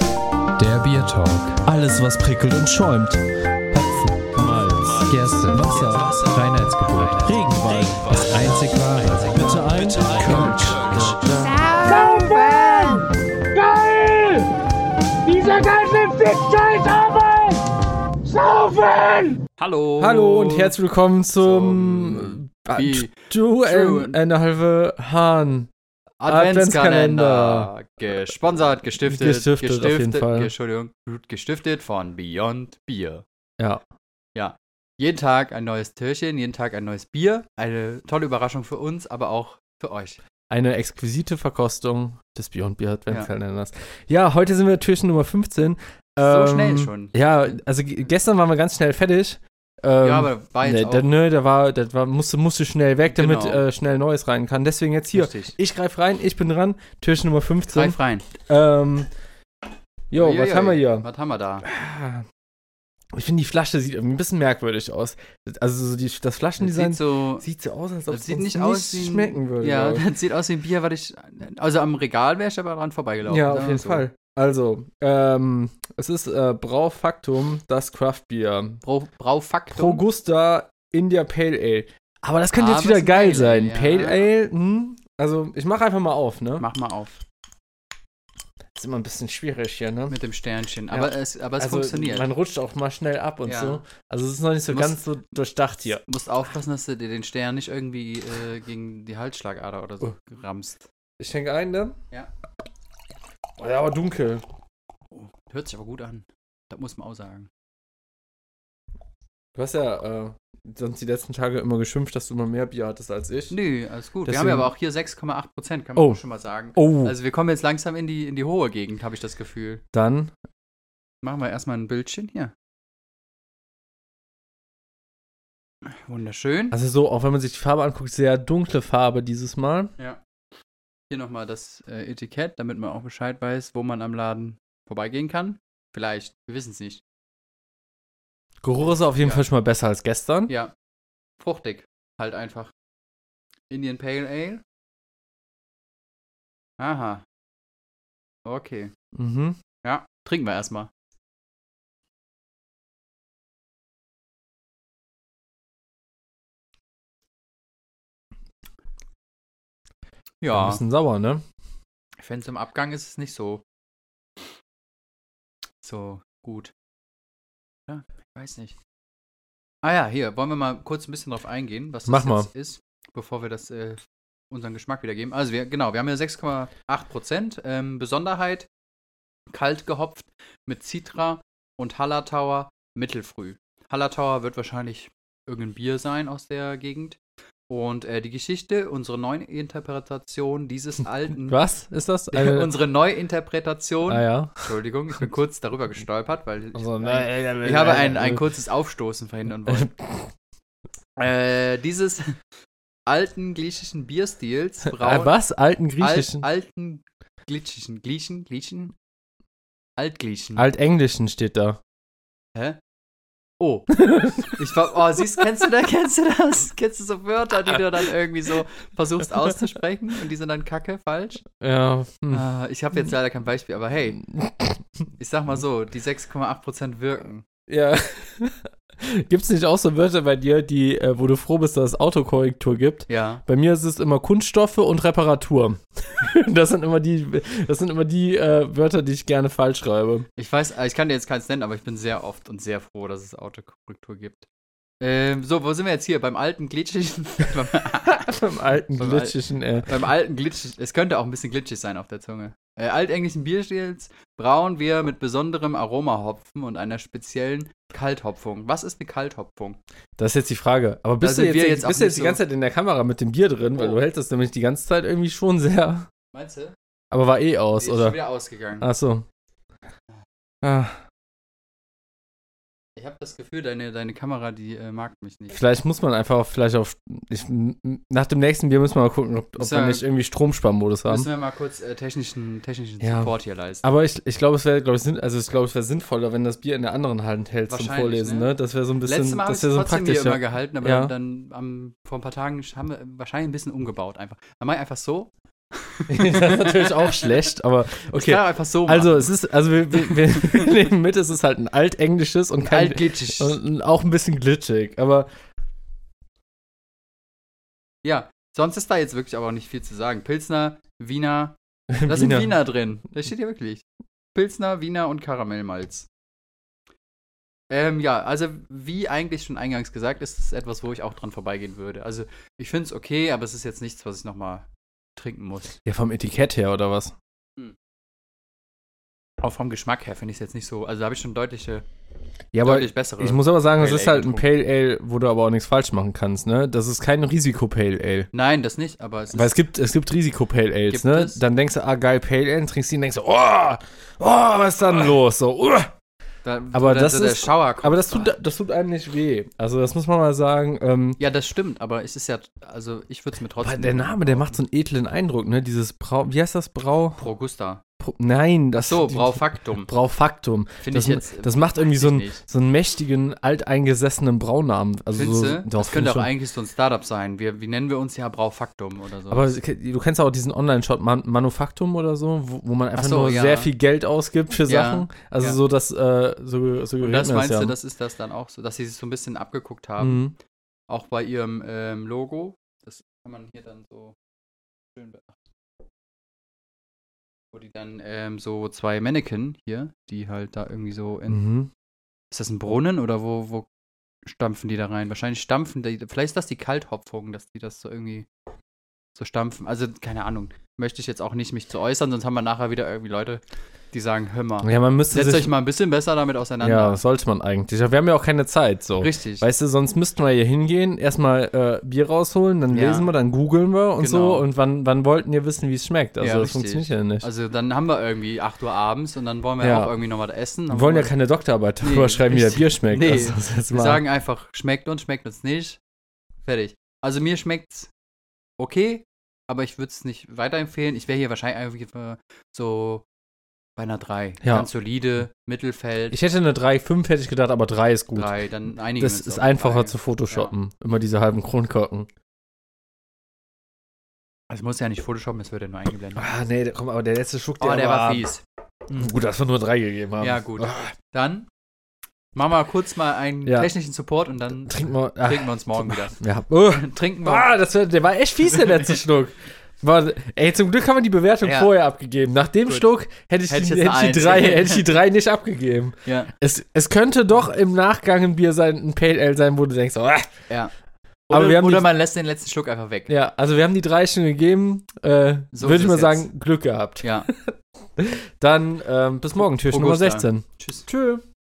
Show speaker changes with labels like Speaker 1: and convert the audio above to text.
Speaker 1: Der Bier Talk.
Speaker 2: Alles, was prickelt und schäumt.
Speaker 1: Hopfen, Malz, Gerste, Wasser, Reinheitsgebot,
Speaker 2: Regenwald.
Speaker 1: das einzig wahre.
Speaker 2: Bitte ein Kölsch.
Speaker 3: Saufen! Geil! Dieser ganze Fick-Scheiß Arbeit! Saufen!
Speaker 4: Hallo.
Speaker 2: Hallo und herzlich willkommen zum
Speaker 4: Bi-
Speaker 2: Du
Speaker 4: True.
Speaker 2: eine halbe Hahn.
Speaker 4: Adventskalender. Gesponsert, gestiftet,
Speaker 2: Gestiftet auf jeden Fall.
Speaker 4: Entschuldigung, gut gestiftet von Beyond Beer.
Speaker 2: Ja.
Speaker 4: Jeden Tag ein neues Türchen, jeden Tag ein neues Bier. Eine tolle Überraschung für uns, aber auch für euch.
Speaker 2: Eine exquisite Verkostung des Beyond Beer Adventskalenders. Ja. heute sind wir Türchen Nummer 15.
Speaker 4: So
Speaker 2: Ähm,
Speaker 4: schnell schon.
Speaker 2: Ja, also g- gestern waren wir ganz schnell fertig. Ähm,
Speaker 4: ja, aber war jetzt
Speaker 2: Nee,
Speaker 4: auch
Speaker 2: da, nö, da war, da war, musste, musste schnell weg, damit
Speaker 4: Genau.
Speaker 2: äh, schnell Neues rein kann. Deswegen jetzt hier.
Speaker 4: richtig.
Speaker 2: Ich greife rein, ich bin dran. Türchen Nummer 15.
Speaker 4: Greif rein.
Speaker 2: Ähm, jo, was
Speaker 4: Uiuiui,
Speaker 2: haben wir hier?
Speaker 4: Was haben wir da?
Speaker 2: Ah. Ich finde, die Flasche sieht irgendwie ein bisschen merkwürdig aus. Also so die, das
Speaker 4: Das
Speaker 2: Flaschendesign
Speaker 4: sieht
Speaker 2: sieht
Speaker 4: so.
Speaker 2: so, aus, als ob
Speaker 4: Das
Speaker 2: es
Speaker 4: sieht
Speaker 2: uns
Speaker 4: nicht aus wie ein-
Speaker 2: schmecken würde.
Speaker 4: ja,
Speaker 2: glaub ich.
Speaker 4: das sieht aus wie ein Bier, was ich. Also am Regal wäre ich aber dran vorbeigelaufen.
Speaker 2: ja
Speaker 4: sagen
Speaker 2: auf
Speaker 4: wir
Speaker 2: jeden
Speaker 4: so.
Speaker 2: Fall. Also, ähm, es ist äh, Braufaktum, das Craftbier.
Speaker 4: Brau, Braufaktum.
Speaker 2: Progusta India Pale Ale. Aber das könnte
Speaker 4: Aber
Speaker 2: jetzt wieder
Speaker 4: es ist
Speaker 2: geil
Speaker 4: Ah, Pale
Speaker 2: sein.
Speaker 4: Ale,
Speaker 2: Pale
Speaker 4: ja.
Speaker 2: Ale, hm? Also, ich mache einfach mal auf, ne?
Speaker 4: Mach mal auf.
Speaker 2: Ist immer ein bisschen schwierig hier, ne?
Speaker 4: Mit dem Sternchen.
Speaker 2: Ja.
Speaker 4: Aber es, aber es
Speaker 2: also,
Speaker 4: funktioniert.
Speaker 2: Man rutscht auch mal schnell ab und
Speaker 4: Ja.
Speaker 2: so. Also, es ist noch nicht so
Speaker 4: Muss-
Speaker 2: ganz so durchdacht hier.
Speaker 4: Du musst aufpassen, dass du dir den Stern nicht irgendwie äh, gegen die Halsschlagader oder so
Speaker 2: Oh.
Speaker 4: rammst.
Speaker 2: Ich schenke ein, ne?
Speaker 4: Ja.
Speaker 2: Oh, ja, aber dunkel.
Speaker 4: Hört sich aber gut an. Das muss man auch sagen.
Speaker 2: Du hast ja äh, sonst die letzten Tage immer geschimpft, dass du immer mehr Bier hattest als ich.
Speaker 4: Nö, alles gut.
Speaker 2: Deswegen-
Speaker 4: Wir haben ja aber auch hier 6,8 Prozent, kann man
Speaker 2: Oh.
Speaker 4: auch schon mal sagen.
Speaker 2: Oh,
Speaker 4: Also wir kommen jetzt langsam in die, in die hohe Gegend, habe ich das Gefühl.
Speaker 2: dann.
Speaker 4: Machen wir erstmal ein Bildchen hier. Wunderschön.
Speaker 2: Also, so, auch wenn man sich die Farbe anguckt, sehr dunkle Farbe dieses Mal.
Speaker 4: Ja. Hier nochmal das äh, Etikett, damit man auch Bescheid weiß, wo man am Laden vorbeigehen kann. Vielleicht, wir wissen es nicht.
Speaker 2: Geruch ist auf jeden
Speaker 4: Ja.
Speaker 2: Fall schon mal besser als gestern.
Speaker 4: Ja. Fruchtig. Halt einfach. Indian Pale Ale. Aha. Okay.
Speaker 2: Mhm.
Speaker 4: Ja, trinken wir erstmal.
Speaker 2: Ein
Speaker 4: Ja,
Speaker 2: bisschen sauer, ne?
Speaker 4: ich fände im Abgang ist es nicht so. So gut. Ja, ich weiß nicht. Ah ja, hier, wollen wir mal kurz ein bisschen drauf eingehen, was das
Speaker 2: Mach mal.
Speaker 4: jetzt ist, bevor wir das äh, unseren Geschmack wiedergeben. Also wir, genau, wir haben hier 6,8 Prozent. Ähm, Besonderheit, kalt gehopft mit Citra und Hallertauer mittelfrüh. Hallertauer wird wahrscheinlich irgendein Bier sein aus der Gegend. Und äh, die Geschichte, unsere neue Interpretation dieses alten,
Speaker 2: Was ist das?
Speaker 4: unsere Neuinterpretation,
Speaker 2: Äh, ah ja.
Speaker 4: Entschuldigung, ich bin kurz darüber gestolpert, weil ich,
Speaker 2: Also,
Speaker 4: ne, äh, ich habe ein, ein kurzes Aufstoßen verhindern wollen. äh, dieses alten griechischen Bierstils,
Speaker 2: Äh, was? Alten griechischen?
Speaker 4: Alt, alten griechischen, griechen, griechen, altgriechen.
Speaker 2: Altenglischen steht da.
Speaker 4: Hä? Oh, ich war, oh, siehst, kennst du das, kennst du das? Kennst du so Wörter, die du dann irgendwie so versuchst auszusprechen und die sind dann kacke, falsch?
Speaker 2: Ja. Hm.
Speaker 4: Ah, ich habe jetzt leider kein Beispiel, aber hey, ich sag mal so, die 6,8% wirken.
Speaker 2: Ja. Gibt's nicht auch so Wörter bei dir, die, äh, wo du froh bist, dass es Autokorrektur gibt?
Speaker 4: Ja.
Speaker 2: Bei mir ist es immer Kunststoffe und Reparatur. das sind immer die, das sind immer die äh, Wörter, die ich gerne falsch schreibe.
Speaker 4: Ich weiß, äh, ich kann dir jetzt keins nennen, aber ich bin sehr oft und sehr froh, dass es Autokorrektur gibt. Ähm, so, wo sind wir jetzt hier? Beim alten glitschischen.
Speaker 2: Beim alten
Speaker 4: Beim
Speaker 2: griechischen, äh,
Speaker 4: Beim alten glitschig, es könnte auch ein bisschen glitschig sein auf der Zunge. Äh, altenglischen Bierstils brauen wir mit besonderem Aromahopfen und einer speziellen Kalthopfung. Was ist eine Kalthopfung?
Speaker 2: das ist jetzt die Frage. Aber
Speaker 4: Da
Speaker 2: bist du
Speaker 4: sind
Speaker 2: jetzt,
Speaker 4: wir jetzt auch
Speaker 2: bist du jetzt
Speaker 4: nicht
Speaker 2: die
Speaker 4: so-
Speaker 2: ganze Zeit in der Kamera mit dem Bier drin, weil
Speaker 4: Oh.
Speaker 2: du hältst das nämlich die ganze Zeit irgendwie schon sehr.
Speaker 4: Meinst du?
Speaker 2: Aber war eh
Speaker 4: Die ist
Speaker 2: aus,
Speaker 4: schon
Speaker 2: oder?
Speaker 4: wieder ausgegangen.
Speaker 2: Ach so. Ah,
Speaker 4: Ich habe das Gefühl, deine, deine Kamera, die äh, mag mich nicht.
Speaker 2: vielleicht muss man einfach, vielleicht auf. Ich, nach dem nächsten Bier müssen wir mal gucken, ob, ob
Speaker 4: Ist
Speaker 2: wir
Speaker 4: ja-
Speaker 2: nicht irgendwie Stromsparmodus haben.
Speaker 4: Müssen wir mal kurz äh, technischen, technischen
Speaker 2: Ja.
Speaker 4: Support hier leisten.
Speaker 2: Aber ich, ich glaube, es wäre, glaube ich, sinn, also ich glaube, es wäre sinnvoller, wenn das Bier in der anderen Hand hält zum
Speaker 4: Wahrscheinlich,
Speaker 2: Vorlesen,
Speaker 4: ne?
Speaker 2: ne? Das wäre so ein bisschen,
Speaker 4: Letztes Mal habe ich
Speaker 2: das
Speaker 4: es
Speaker 2: wäre so
Speaker 4: trotzdem hier
Speaker 2: praktischer.
Speaker 4: immer gehalten, aber
Speaker 2: Ja.
Speaker 4: dann am, vor ein paar Tagen haben wir wahrscheinlich ein bisschen umgebaut einfach. Dann mache ich einfach so
Speaker 2: das ist natürlich auch schlecht, aber okay.
Speaker 4: Klar, einfach so.
Speaker 2: Also es ist, also wir, wir, wir nehmen mit, es ist halt ein altenglisches und kein
Speaker 4: altglitschig.
Speaker 2: und ein- auch ein bisschen glitschig, aber
Speaker 4: Ja, sonst ist da jetzt wirklich aber auch nicht viel zu sagen. Pilsner, Wiener, da sind
Speaker 2: Wiener.
Speaker 4: Wiener drin. Da steht hier wirklich. Pilsner, Wiener und Karamellmalz. Ähm, ja, also wie eigentlich schon eingangs gesagt, ist es etwas, wo ich auch dran vorbeigehen würde. Also ich finde es okay, aber es ist jetzt nichts, was ich nochmal trinken muss.
Speaker 2: ja vom Etikett her oder was?
Speaker 4: Auch vom Geschmack her finde ich es jetzt nicht so. Also da habe ich schon deutliche,
Speaker 2: Ja, aber
Speaker 4: deutlich bessere.
Speaker 2: ich muss aber sagen, es
Speaker 4: Pale
Speaker 2: ist
Speaker 4: Ale
Speaker 2: halt ein Pale Ale, wo du aber auch nichts falsch machen kannst, ne? Das ist kein Risiko Pale Ale.
Speaker 4: Nein, das nicht, aber es
Speaker 2: Weil es
Speaker 4: ist.
Speaker 2: gibt, es gibt Risiko-Pale Ales,
Speaker 4: Gibt
Speaker 2: ne?
Speaker 4: es?
Speaker 2: Dann denkst du, ah, geil, Pale Ale, und trinkst die und denkst so, oh, oh, was ist dann los? So, uh.
Speaker 4: Da,
Speaker 2: aber
Speaker 4: da,
Speaker 2: das
Speaker 4: da, der
Speaker 2: ist-
Speaker 4: Schauer kommt.
Speaker 2: Aber das tut, das tut einem nicht weh. Also, das muss man mal sagen. Ähm,
Speaker 4: Ja, das stimmt, aber es ist ja. Also ich würde es mir
Speaker 2: aber
Speaker 4: trotzdem.
Speaker 2: der Name, der macht so einen edlen Eindruck, ne? Dieses Brau, wie heißt das Brau?
Speaker 4: Progusta.
Speaker 2: Pro, nein, das
Speaker 4: So,
Speaker 2: die-
Speaker 4: Braufaktum.
Speaker 2: Braufaktum.
Speaker 4: Finde
Speaker 2: das,
Speaker 4: ich jetzt-
Speaker 2: das macht irgendwie so
Speaker 4: weiß ich
Speaker 2: einen,
Speaker 4: nicht.
Speaker 2: so einen mächtigen, alteingesessenen Braunamen. Also
Speaker 4: Findest
Speaker 2: so,
Speaker 4: du?
Speaker 2: doch,
Speaker 4: Das
Speaker 2: find
Speaker 4: könnte
Speaker 2: ich
Speaker 4: auch
Speaker 2: schon.
Speaker 4: eigentlich so ein Startup sein. Wir, wie nennen wir uns ja Braufaktum oder so?
Speaker 2: Aber du kennst auch diesen Online-Shop Man Manufaktum oder so, wo, wo man einfach
Speaker 4: Ach so,
Speaker 2: nur
Speaker 4: ja.
Speaker 2: sehr viel Geld ausgibt für
Speaker 4: Ja,
Speaker 2: Sachen. Also
Speaker 4: ja.
Speaker 2: so, dass äh, so, so
Speaker 4: Und
Speaker 2: gerät
Speaker 4: das
Speaker 2: man
Speaker 4: meinst
Speaker 2: ja.
Speaker 4: du, das ist das dann auch so, dass sie sich so ein bisschen abgeguckt haben.
Speaker 2: Mhm.
Speaker 4: Auch bei ihrem ähm, Logo. Das kann man hier dann so schön beachten. Wo die dann ähm, so zwei Mannequin hier, die halt da irgendwie so in.
Speaker 2: Mhm.
Speaker 4: Ist das ein Brunnen oder wo, wo stampfen die da rein? Wahrscheinlich stampfen die. Vielleicht ist das die Kalthopfung, dass die das so irgendwie so stampfen. Also, keine Ahnung. Möchte ich jetzt auch nicht mich zu äußern, sonst haben wir nachher wieder irgendwie Leute, die sagen, hör mal,
Speaker 2: Ja, man müsste
Speaker 4: setzt euch
Speaker 2: sich.
Speaker 4: mal ein bisschen besser damit auseinander.
Speaker 2: Ja, sollte man eigentlich. Aber Wir haben ja auch keine Zeit. So.
Speaker 4: Richtig.
Speaker 2: Weißt du, sonst müssten wir hier hingehen, erstmal äh, Bier rausholen, dann
Speaker 4: Ja.
Speaker 2: lesen wir, dann googeln wir und
Speaker 4: Genau.
Speaker 2: so. Und wann, wann wollten ihr wissen, wie es schmeckt? Also,
Speaker 4: Ja,
Speaker 2: das
Speaker 4: richtig.
Speaker 2: funktioniert ja nicht.
Speaker 4: also, dann haben wir irgendwie 8 Uhr abends und dann wollen wir
Speaker 2: Ja.
Speaker 4: auch irgendwie nochmal essen. Dann
Speaker 2: wir wollen ja
Speaker 4: wir-
Speaker 2: keine Doktorarbeit
Speaker 4: Nee,
Speaker 2: darüber schreiben, wie der
Speaker 4: richtig.
Speaker 2: Bier schmeckt.
Speaker 4: Nee.
Speaker 2: Also, das ist jetzt
Speaker 4: Wir
Speaker 2: mal-
Speaker 4: sagen einfach, schmeckt uns, schmeckt uns nicht. Fertig. Also mir schmeckt's okay, aber ich würde es nicht weiterempfehlen. Ich wäre hier wahrscheinlich einfach so bei einer 3.
Speaker 2: Ja.
Speaker 4: Ganz solide, Mittelfeld,
Speaker 2: ich hätte eine 3,5 hätte ich gedacht, aber 3 ist gut.
Speaker 4: 3, dann einigen wir
Speaker 2: Das
Speaker 4: uns
Speaker 2: ist
Speaker 4: auf eine
Speaker 2: einfacher
Speaker 4: drei.
Speaker 2: zu photoshoppen. Immer diese halben Kronkorken.
Speaker 4: Also muss ja nicht photoshoppen, das wird ja nur eingeblendet.
Speaker 2: Ah, nee, der- komm, aber der letzte Schluck,
Speaker 4: Oh, der war
Speaker 2: war-
Speaker 4: fies.
Speaker 2: Gut, dass wir nur drei gegeben haben.
Speaker 4: Ja, gut.
Speaker 2: Ah,
Speaker 4: Dann machen wir kurz mal einen
Speaker 2: Ja.
Speaker 4: technischen Support und dann
Speaker 2: Trink mal. Ah,
Speaker 4: trinken wir uns morgen wieder.
Speaker 2: ja. Oh.
Speaker 4: trinken wir.
Speaker 2: Ah, das war, der war echt fies, der letzte Schluck. War, ey, zum Glück haben wir die Bewertung
Speaker 4: Ja.
Speaker 2: vorher abgegeben. Nach dem
Speaker 4: Gut.
Speaker 2: Schluck hätte ich,
Speaker 4: Hätte
Speaker 2: die,
Speaker 4: ich jetzt
Speaker 2: hätte ich die
Speaker 4: eine
Speaker 2: drei,
Speaker 4: Eins.
Speaker 2: hätte ich die drei nicht abgegeben.
Speaker 4: Ja,
Speaker 2: Es, es könnte doch im Nachgang ein Bier sein, ein Pale Ale sein, wo du denkst, oh, ah.
Speaker 4: ja. Oder,
Speaker 2: Aber wir haben
Speaker 4: oder
Speaker 2: die-
Speaker 4: man lässt den letzten Schluck einfach weg.
Speaker 2: ja, also wir haben die drei schon gegeben. Äh,
Speaker 4: So
Speaker 2: Würde
Speaker 4: ist
Speaker 2: ich mal
Speaker 4: es
Speaker 2: sagen, Glück gehabt.
Speaker 4: Ja.
Speaker 2: Dann ähm, bis morgen, Türchen Nummer
Speaker 4: Augusta.
Speaker 2: 16.
Speaker 4: Tschüss.
Speaker 2: Tschüss.